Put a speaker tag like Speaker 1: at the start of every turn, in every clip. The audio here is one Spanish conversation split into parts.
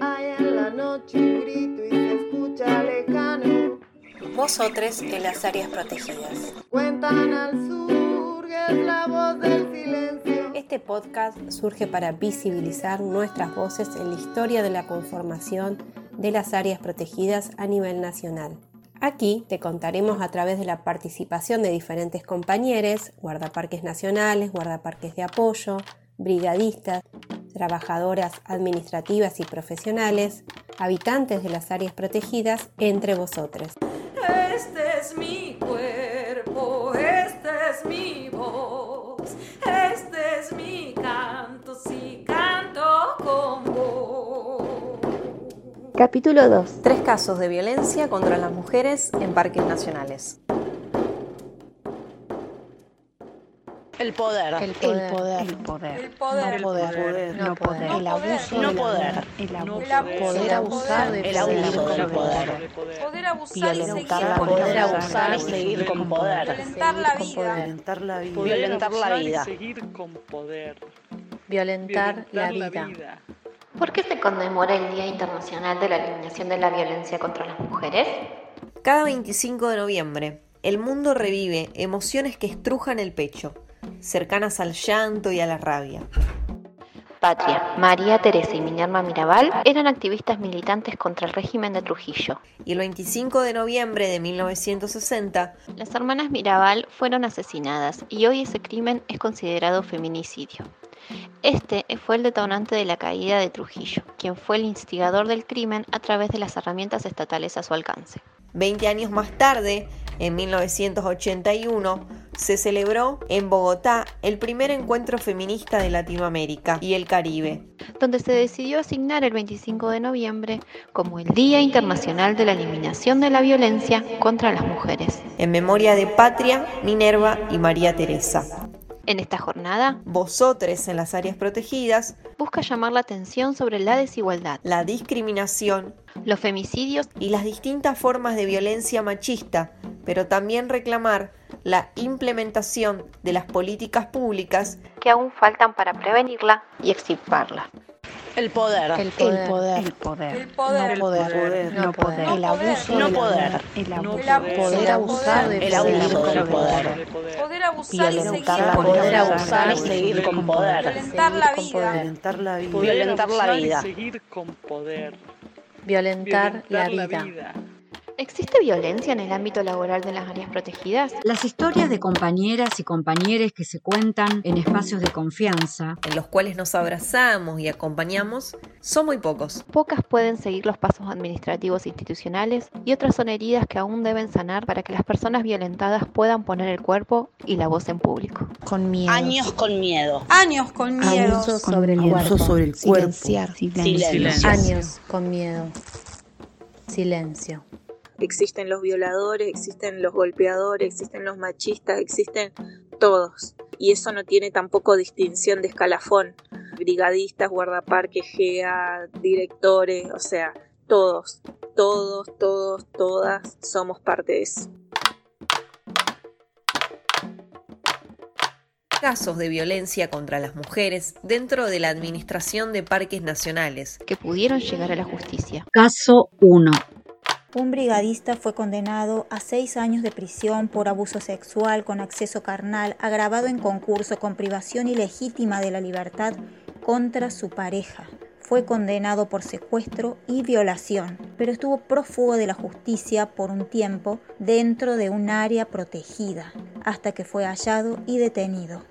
Speaker 1: Hay en la noche un grito y se escucha lejano.
Speaker 2: Vosotros en las áreas protegidas.
Speaker 1: Cuentan al sur que es la voz del silencio.
Speaker 2: Este podcast surge para visibilizar nuestras voces en la historia de la conformación de las áreas protegidas a nivel nacional. Aquí te contaremos a través de la participación de diferentes compañeros, guardaparques nacionales, guardaparques de apoyo, brigadistas, trabajadoras administrativas y profesionales, habitantes de las áreas protegidas, entre vosotros.
Speaker 3: Este es mi cuerpo, esta es mi voz, este es mi canto, si canto con vos.
Speaker 4: Capítulo 2.
Speaker 5: Tres casos de violencia contra las mujeres en parques nacionales.
Speaker 6: El poder.
Speaker 4: El poder.
Speaker 6: El poder.
Speaker 3: El poder.
Speaker 6: No poder.
Speaker 4: No poder.
Speaker 6: El abuso.
Speaker 3: No
Speaker 6: del
Speaker 4: poder.
Speaker 6: amor. El abuso.
Speaker 3: El abuso.
Speaker 4: Poder abusar de
Speaker 6: El
Speaker 4: poder.
Speaker 6: abuso del poder.
Speaker 3: Poder abusar y seguir
Speaker 6: Violentar la
Speaker 3: con
Speaker 6: poder
Speaker 3: poder.
Speaker 6: abusar y seguir con poder.
Speaker 3: Violentar la
Speaker 4: Seguir con
Speaker 3: vida.
Speaker 4: poder.
Speaker 6: Violentar la vida.
Speaker 7: Poder
Speaker 5: Violentar la
Speaker 7: abusar y
Speaker 5: vida.
Speaker 7: seguir con poder.
Speaker 4: Violentar, la vida.
Speaker 8: ¿Por qué se conmemora el Día Internacional de la Eliminación de la Violencia contra las Mujeres?
Speaker 5: Cada 25 de noviembre, el mundo revive emociones que estrujan el pecho, cercanas al llanto y a la rabia.
Speaker 8: Patria, María Teresa y Minerva Mirabal eran activistas militantes contra el régimen de Trujillo.
Speaker 5: Y el 25 de noviembre de 1960,
Speaker 8: Las hermanas Mirabal fueron asesinadas y hoy ese crimen es considerado feminicidio. Este fue el detonante de la caída de Trujillo, quien fue el instigador del crimen a través de las herramientas estatales a su alcance.
Speaker 5: 20 años más tarde, en 1981, se celebró en Bogotá el primer encuentro feminista de Latinoamérica y el Caribe,
Speaker 8: donde se decidió asignar el 25 de noviembre como el Día Internacional de la Eliminación de la Violencia contra las Mujeres.
Speaker 5: en memoria de Patria, Minerva y María Teresa.
Speaker 8: En esta jornada
Speaker 5: Vosotres en las áreas protegidas,
Speaker 8: busca llamar la atención sobre la desigualdad,
Speaker 5: la discriminación
Speaker 8: los femicidios
Speaker 5: y las distintas formas de violencia machista, pero también reclamar la implementación de las políticas públicas
Speaker 8: que aún faltan para prevenirla y extirparla.
Speaker 6: El poder.
Speaker 4: El poder.
Speaker 6: El poder.
Speaker 3: El poder.
Speaker 6: No poder.
Speaker 4: No poder.
Speaker 6: El abuso.
Speaker 3: No
Speaker 6: del
Speaker 7: poder.
Speaker 6: amor. El
Speaker 7: No
Speaker 6: abuso.
Speaker 7: poder.
Speaker 4: Poder abusar de
Speaker 6: El
Speaker 4: poder.
Speaker 6: abuso del poder.
Speaker 3: Poder abusar y seguir
Speaker 6: Violentar la
Speaker 3: con
Speaker 4: poder.
Speaker 6: poder.
Speaker 4: abusar
Speaker 6: Abusar
Speaker 4: y
Speaker 6: y
Speaker 7: seguir
Speaker 6: seguir
Speaker 7: con
Speaker 6: con poder.
Speaker 3: Violentar la
Speaker 4: Seguir con
Speaker 3: vida.
Speaker 4: poder.
Speaker 6: Violentar la vida.
Speaker 5: Violentar la
Speaker 7: abusar y
Speaker 5: vida.
Speaker 7: seguir con poder.
Speaker 4: Violentar, la
Speaker 7: Violentar
Speaker 4: vida.
Speaker 8: ¿Existe violencia en el ámbito laboral de las áreas protegidas?
Speaker 9: Las historias de compañeras y compañeros que se cuentan en espacios de confianza,
Speaker 5: en los cuales nos abrazamos y acompañamos son muy pocos.
Speaker 8: Pocas pueden seguir los pasos administrativos institucionales y otras son heridas que aún deben sanar para que las personas violentadas puedan poner el cuerpo y la voz en público.
Speaker 4: Con miedo.
Speaker 6: Años con miedo.
Speaker 3: Años con miedo.
Speaker 4: Abuso sobre el cuerpo.
Speaker 6: sobre el cuerpo.
Speaker 4: Silenciar.
Speaker 6: Silencio.
Speaker 4: Años con miedo. Silencio.
Speaker 10: existen los violadores, existen los golpeadores, existen los machistas, existen todos. Y eso no tiene tampoco distinción de escalafón. Brigadistas, guardaparques, GEA, directores, o sea, todos, todos, todos, todas somos parte de eso.
Speaker 5: Casos de violencia contra las mujeres dentro de la Administración de Parques Nacionales.
Speaker 8: que pudieron llegar a la justicia.
Speaker 9: caso 1.
Speaker 11: Un brigadista fue condenado a seis años de prisión por abuso sexual con acceso carnal agravado en concurso con privación ilegítima de la libertad contra su pareja. Fue condenado por secuestro y violación, pero estuvo prófugo de la justicia por un tiempo dentro de un área protegida, hasta que fue hallado y detenido.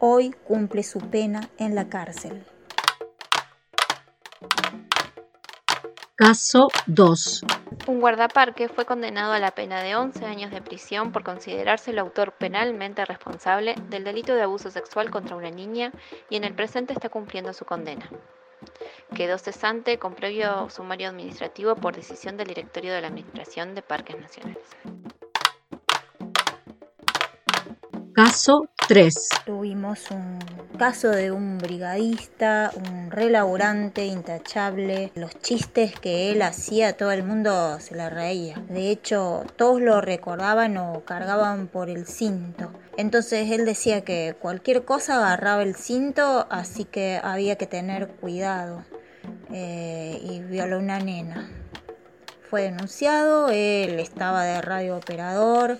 Speaker 11: Hoy cumple su pena en la cárcel.
Speaker 9: Caso 2.
Speaker 8: Un guardaparque fue condenado a la pena de 11 años de prisión por considerarse el autor penalmente responsable del delito de abuso sexual contra una niña y en el presente está cumpliendo su condena. Quedó cesante con previo sumario administrativo por decisión del Directorio de la Administración de Parques Nacionales.
Speaker 9: Caso 3.
Speaker 11: Tuvimos un caso de un brigadista, un relaborante intachable. Los chistes que él hacía, todo el mundo se le reía. De hecho, todos lo recordaban o cargaban por el cinto. Entonces él decía que cualquier cosa agarraba el cinto, así que había que tener cuidado.
Speaker 5: eh, y violó a una nena. Fue denunciado, él estaba de radio operador,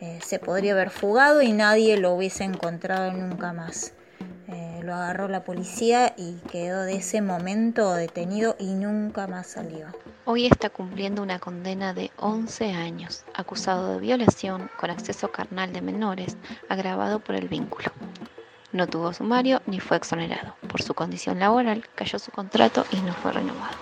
Speaker 5: eh, se podría haber fugado y nadie lo hubiese encontrado nunca más. Eh, lo agarró la policía y quedó de ese momento detenido y nunca más salió.
Speaker 8: Hoy está cumpliendo una condena de 11 años, acusado de violación con acceso carnal de menores, agravado por el vínculo. No tuvo sumario ni fue exonerado. Por su condición laboral, cayó su contrato y no fue renovado.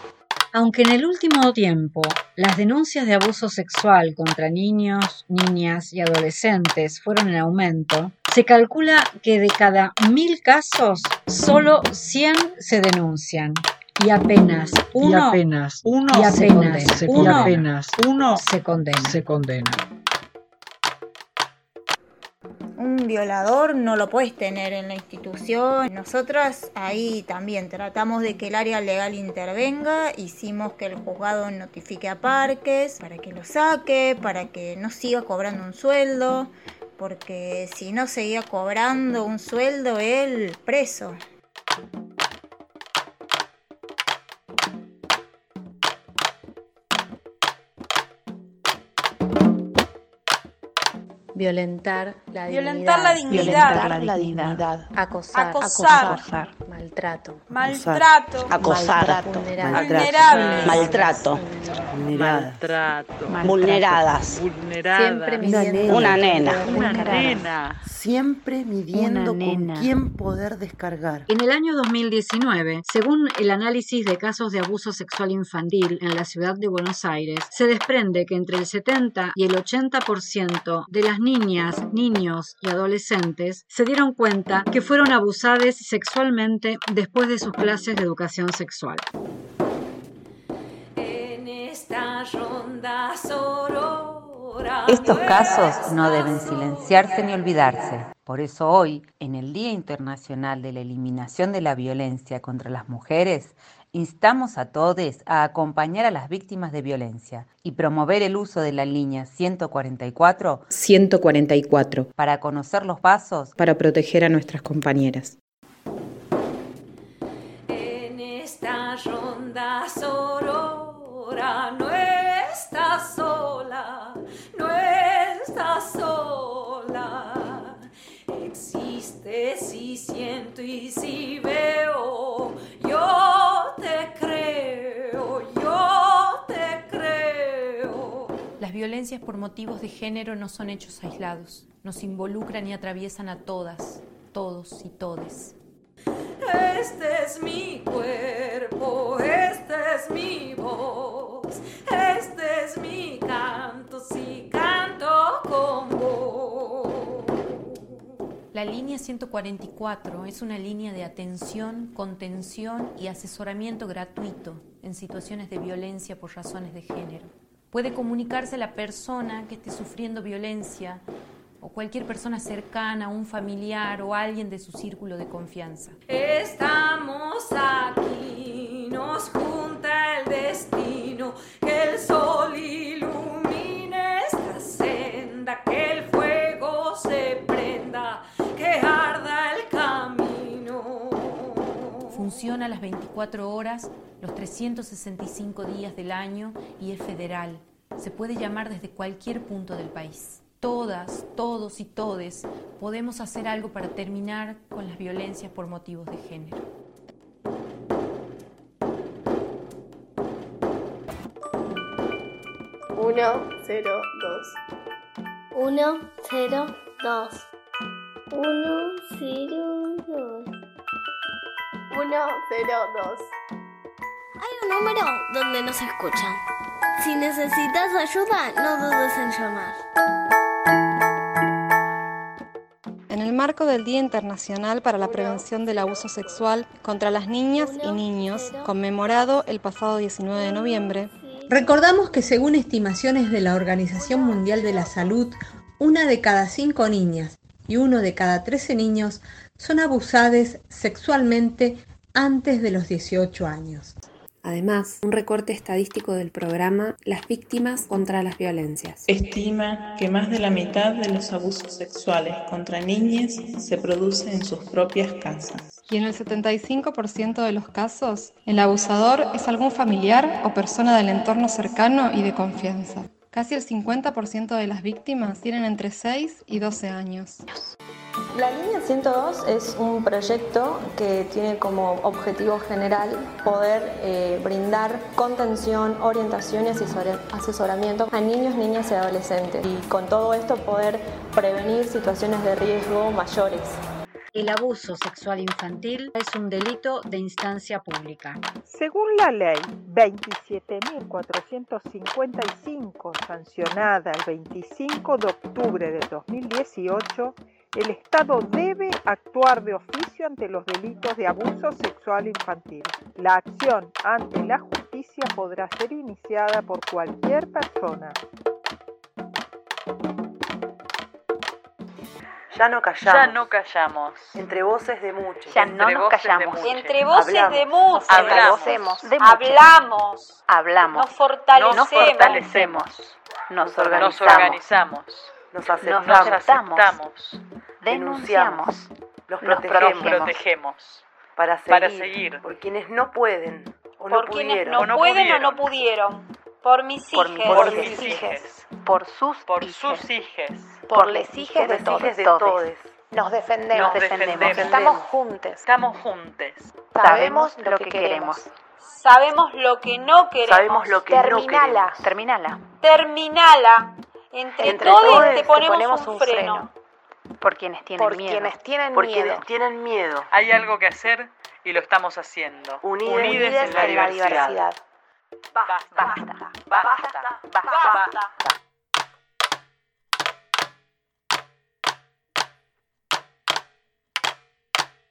Speaker 9: Aunque en el último tiempo las denuncias de abuso sexual contra niños, niñas y adolescentes fueron en aumento, se calcula que de cada mil casos, solo 100 se denuncian y apenas uno,
Speaker 12: apenas
Speaker 9: uno
Speaker 12: uno
Speaker 9: y
Speaker 12: se
Speaker 9: apenas
Speaker 12: condena, se
Speaker 9: uno,
Speaker 12: condena.
Speaker 9: uno se condena.
Speaker 12: Se condena.
Speaker 5: Un violador no lo puedes tener en la institución. Nosotras ahí también tratamos de que el área legal intervenga, hicimos que el juzgado notifique a Parques para que lo saque, para que no siga cobrando un sueldo, porque si no seguía cobrando un sueldo él preso.
Speaker 13: Violentar la dignidad.
Speaker 14: Violentar la dignidad.
Speaker 13: Violentar la dignidad. Acosar.
Speaker 14: Acosar.
Speaker 13: Maltrato.
Speaker 14: Maltrato.
Speaker 6: Acosar.
Speaker 13: Vulnerable.
Speaker 14: Vulnerable.
Speaker 6: Maltrato.
Speaker 7: Maltrato.
Speaker 6: Vulneradas.
Speaker 7: Siempre midiendo
Speaker 6: Una nena.
Speaker 7: el poder Una descargar. nena.
Speaker 9: Siempre
Speaker 6: midiendo Una con nena.
Speaker 9: quién poder descargar. En el año 2019, según el análisis de casos de abuso sexual infantil en la ciudad de Buenos Aires, se desprende que entre el 70 y el 80% de las niñas, niños y adolescentes se dieron cuenta que fueron abusadas sexualmente después de sus clases de educación sexual.
Speaker 3: En esta ronda sorora.
Speaker 15: Estos casos no deben silenciarse ni olvidarse. Por eso hoy, en el Día Internacional de la Eliminación de la Violencia contra las Mujeres, instamos a todos a acompañar a las víctimas de violencia y promover el uso de la línea 144
Speaker 16: 144
Speaker 15: para conocer los pasos
Speaker 16: para proteger a nuestras compañeras.
Speaker 3: En esta ronda sorora no estás sola, no estás sola. Existe si siento y si veo, yo te creo, yo te creo.
Speaker 2: Las violencias por motivos de género no son hechos aislados, nos involucran y atraviesan a todas, todos y todes.
Speaker 3: Este es mi cuerpo, esta es mi voz, este es mi canto, si canto con vos.
Speaker 2: La línea 144 es una línea de atención, contención y asesoramiento gratuito en situaciones de violencia por razones de género. Puede comunicarse la persona que esté sufriendo violencia o cualquier persona cercana, un familiar o alguien de su círculo de confianza.
Speaker 3: Estamos aquí, nos junta el destino, que el sol ilumine esta senda, que el fuego se prenda, que arda el camino.
Speaker 2: Funciona las 24 horas, los 365 días del año y es federal. Se puede llamar desde cualquier punto del país. Todas, todos y todes podemos hacer algo para terminar con las violencias por motivos de género.
Speaker 1: Uno, cero, dos. Uno, cero, dos. Uno, cero, dos. Uno, cero, dos. Hay un número donde nos escuchan. Si necesitas ayuda, no dudes en llamar.
Speaker 17: En el marco del Día Internacional para la Prevención del Abuso Sexual contra las Niñas y Niños, conmemorado el pasado 19 de noviembre,
Speaker 18: Recordamos que según estimaciones de la Organización Mundial de la Salud, una de cada cinco niñas y uno de cada trece niños son abusados sexualmente antes de los 18 años.
Speaker 2: Además, un recorte estadístico del programa Las víctimas contra las violencias.
Speaker 19: Estima que más de la mitad de los abusos sexuales contra niñas se produce en sus propias casas.
Speaker 20: Y en el 75% de los casos, el abusador es algún familiar o persona del entorno cercano y de confianza. Casi el 50% de las víctimas tienen entre 6 y 12 años.
Speaker 21: La línea 102 es un proyecto que tiene como objetivo general poder eh, brindar contención, orientación y asesor- asesoramiento a niños, niñas y adolescentes y con todo esto poder prevenir situaciones de riesgo mayores.
Speaker 9: El abuso sexual infantil es un delito de instancia pública.
Speaker 22: Según la ley 27.455, sancionada el 25 de octubre del 2018, el Estado debe actuar de oficio ante los delitos de abuso sexual infantil. La acción ante la justicia podrá ser iniciada por cualquier persona.
Speaker 23: Ya no callamos.
Speaker 7: Ya no callamos.
Speaker 23: Entre voces de muchos.
Speaker 24: Ya no nos callamos.
Speaker 3: Entre voces de muchos.
Speaker 24: Hablamos.
Speaker 3: Hablamos.
Speaker 24: De muchos.
Speaker 3: Hablamos.
Speaker 24: Hablamos.
Speaker 3: Nos fortalecemos.
Speaker 24: Nos fortalecemos. Nos organizamos.
Speaker 7: Nos organizamos.
Speaker 24: Nos
Speaker 7: aceptamos.
Speaker 24: Nos
Speaker 7: Nos aceptamos.
Speaker 24: Denunciamos.
Speaker 23: Los
Speaker 7: Nos
Speaker 23: protegemos.
Speaker 7: protegemos.
Speaker 23: Para seguir.
Speaker 7: Para seguir.
Speaker 23: Por quienes no pueden. O no
Speaker 3: Por quienes
Speaker 23: pudieron.
Speaker 3: no, pueden o no pudieron. Por mis
Speaker 23: Por
Speaker 3: hijas.
Speaker 23: mis Por
Speaker 7: mis hijes.
Speaker 24: Por sus
Speaker 7: Por sus hijes.
Speaker 24: Por les hijes de
Speaker 23: Por les hijes de
Speaker 24: todos.
Speaker 23: todes.
Speaker 24: Nos defendemos.
Speaker 7: Nos defendemos.
Speaker 24: Estamos
Speaker 3: juntos.
Speaker 7: Estamos juntes.
Speaker 24: Sabemos lo que queremos.
Speaker 3: Sabemos lo que no queremos.
Speaker 24: Sabemos lo que no Terminala. queremos.
Speaker 3: Terminala. Terminala. Entre,
Speaker 24: Entre
Speaker 3: todos,
Speaker 24: todos
Speaker 3: te
Speaker 24: te
Speaker 3: ponemos,
Speaker 24: ponemos
Speaker 3: un,
Speaker 24: un
Speaker 3: freno.
Speaker 24: Por quienes tienen
Speaker 3: Por
Speaker 24: miedo.
Speaker 3: quienes tienen
Speaker 24: Por
Speaker 3: miedo.
Speaker 24: quienes
Speaker 23: Tienen miedo.
Speaker 7: Hay algo que hacer y lo estamos haciendo.
Speaker 23: Unidas,
Speaker 7: en la diversidad.
Speaker 24: Basta. Basta. Basta.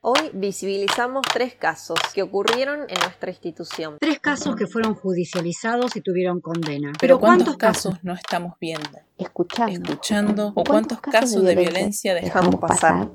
Speaker 5: Hoy visibilizamos tres casos que ocurrieron en nuestra institución.
Speaker 9: Tres casos que fueron judicializados y tuvieron condena.
Speaker 8: Pero ¿cuántos casos no estamos viendo? Escuchando. ¿O cuántos casos de violencia dejamos pasar?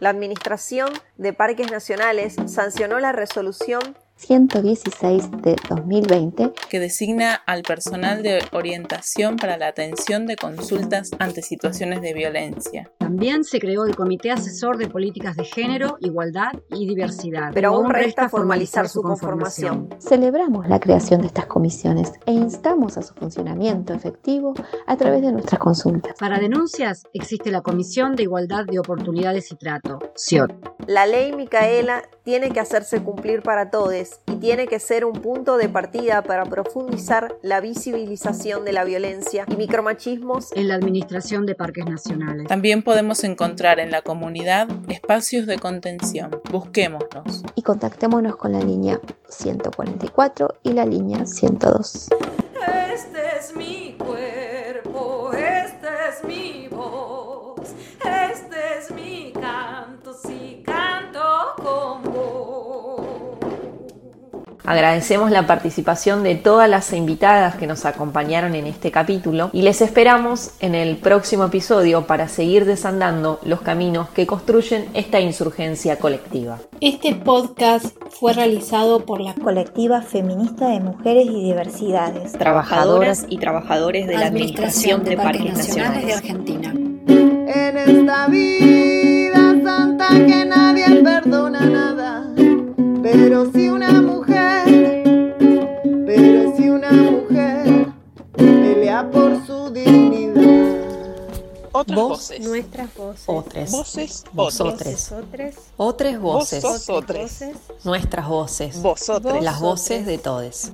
Speaker 5: La Administración de Parques Nacionales sancionó la resolución
Speaker 8: 116 de 2020 que designa al personal de orientación para la atención de consultas ante situaciones de violencia.
Speaker 9: También se creó el Comité Asesor de Políticas de Género, Igualdad y Diversidad.
Speaker 5: Pero aún resta formalizar su conformación.
Speaker 8: Celebramos la creación de estas comisiones e instamos a su funcionamiento efectivo a través de nuestras consultas.
Speaker 9: Para denuncias existe la Comisión de Igualdad de Oportunidades y Trato, CIOT.
Speaker 5: La ley Micaela tiene que hacerse cumplir para todos y tiene que ser un punto de partida para profundizar la visibilización de la violencia y micromachismos
Speaker 9: en la Administración de Parques Nacionales.
Speaker 8: También podemos encontrar en la comunidad espacios de contención. Busquémoslos. Y contactémonos con la línea 144 y la línea 102.
Speaker 25: Este es mi cuerpo, esta es mi voz, este es mi canto, si canto con vos.
Speaker 5: Agradecemos la participación de todas las invitadas que nos acompañaron en este capítulo y les esperamos en el próximo episodio para seguir desandando los caminos que construyen esta insurgencia colectiva.
Speaker 26: Este podcast fue realizado por la Colectiva Feminista de Mujeres y Diversidades.
Speaker 1: Trabajadoras
Speaker 26: y trabajadores
Speaker 1: de la Administración de Parques Nacionales de
Speaker 26: Argentina.
Speaker 1: En esta vida santa que nadie perdona nada, pero si una mujer, pero si una mujer pelea por su dignidad.
Speaker 27: Otras
Speaker 1: Vos,
Speaker 27: voces. Nuestras voces.
Speaker 5: Otras.
Speaker 27: Voces.
Speaker 5: Vosotres.
Speaker 27: Vosotres.
Speaker 5: Otras voces.
Speaker 27: Vosotres.
Speaker 5: Nuestras voces.
Speaker 27: Vosotres.
Speaker 5: Las voces de todes.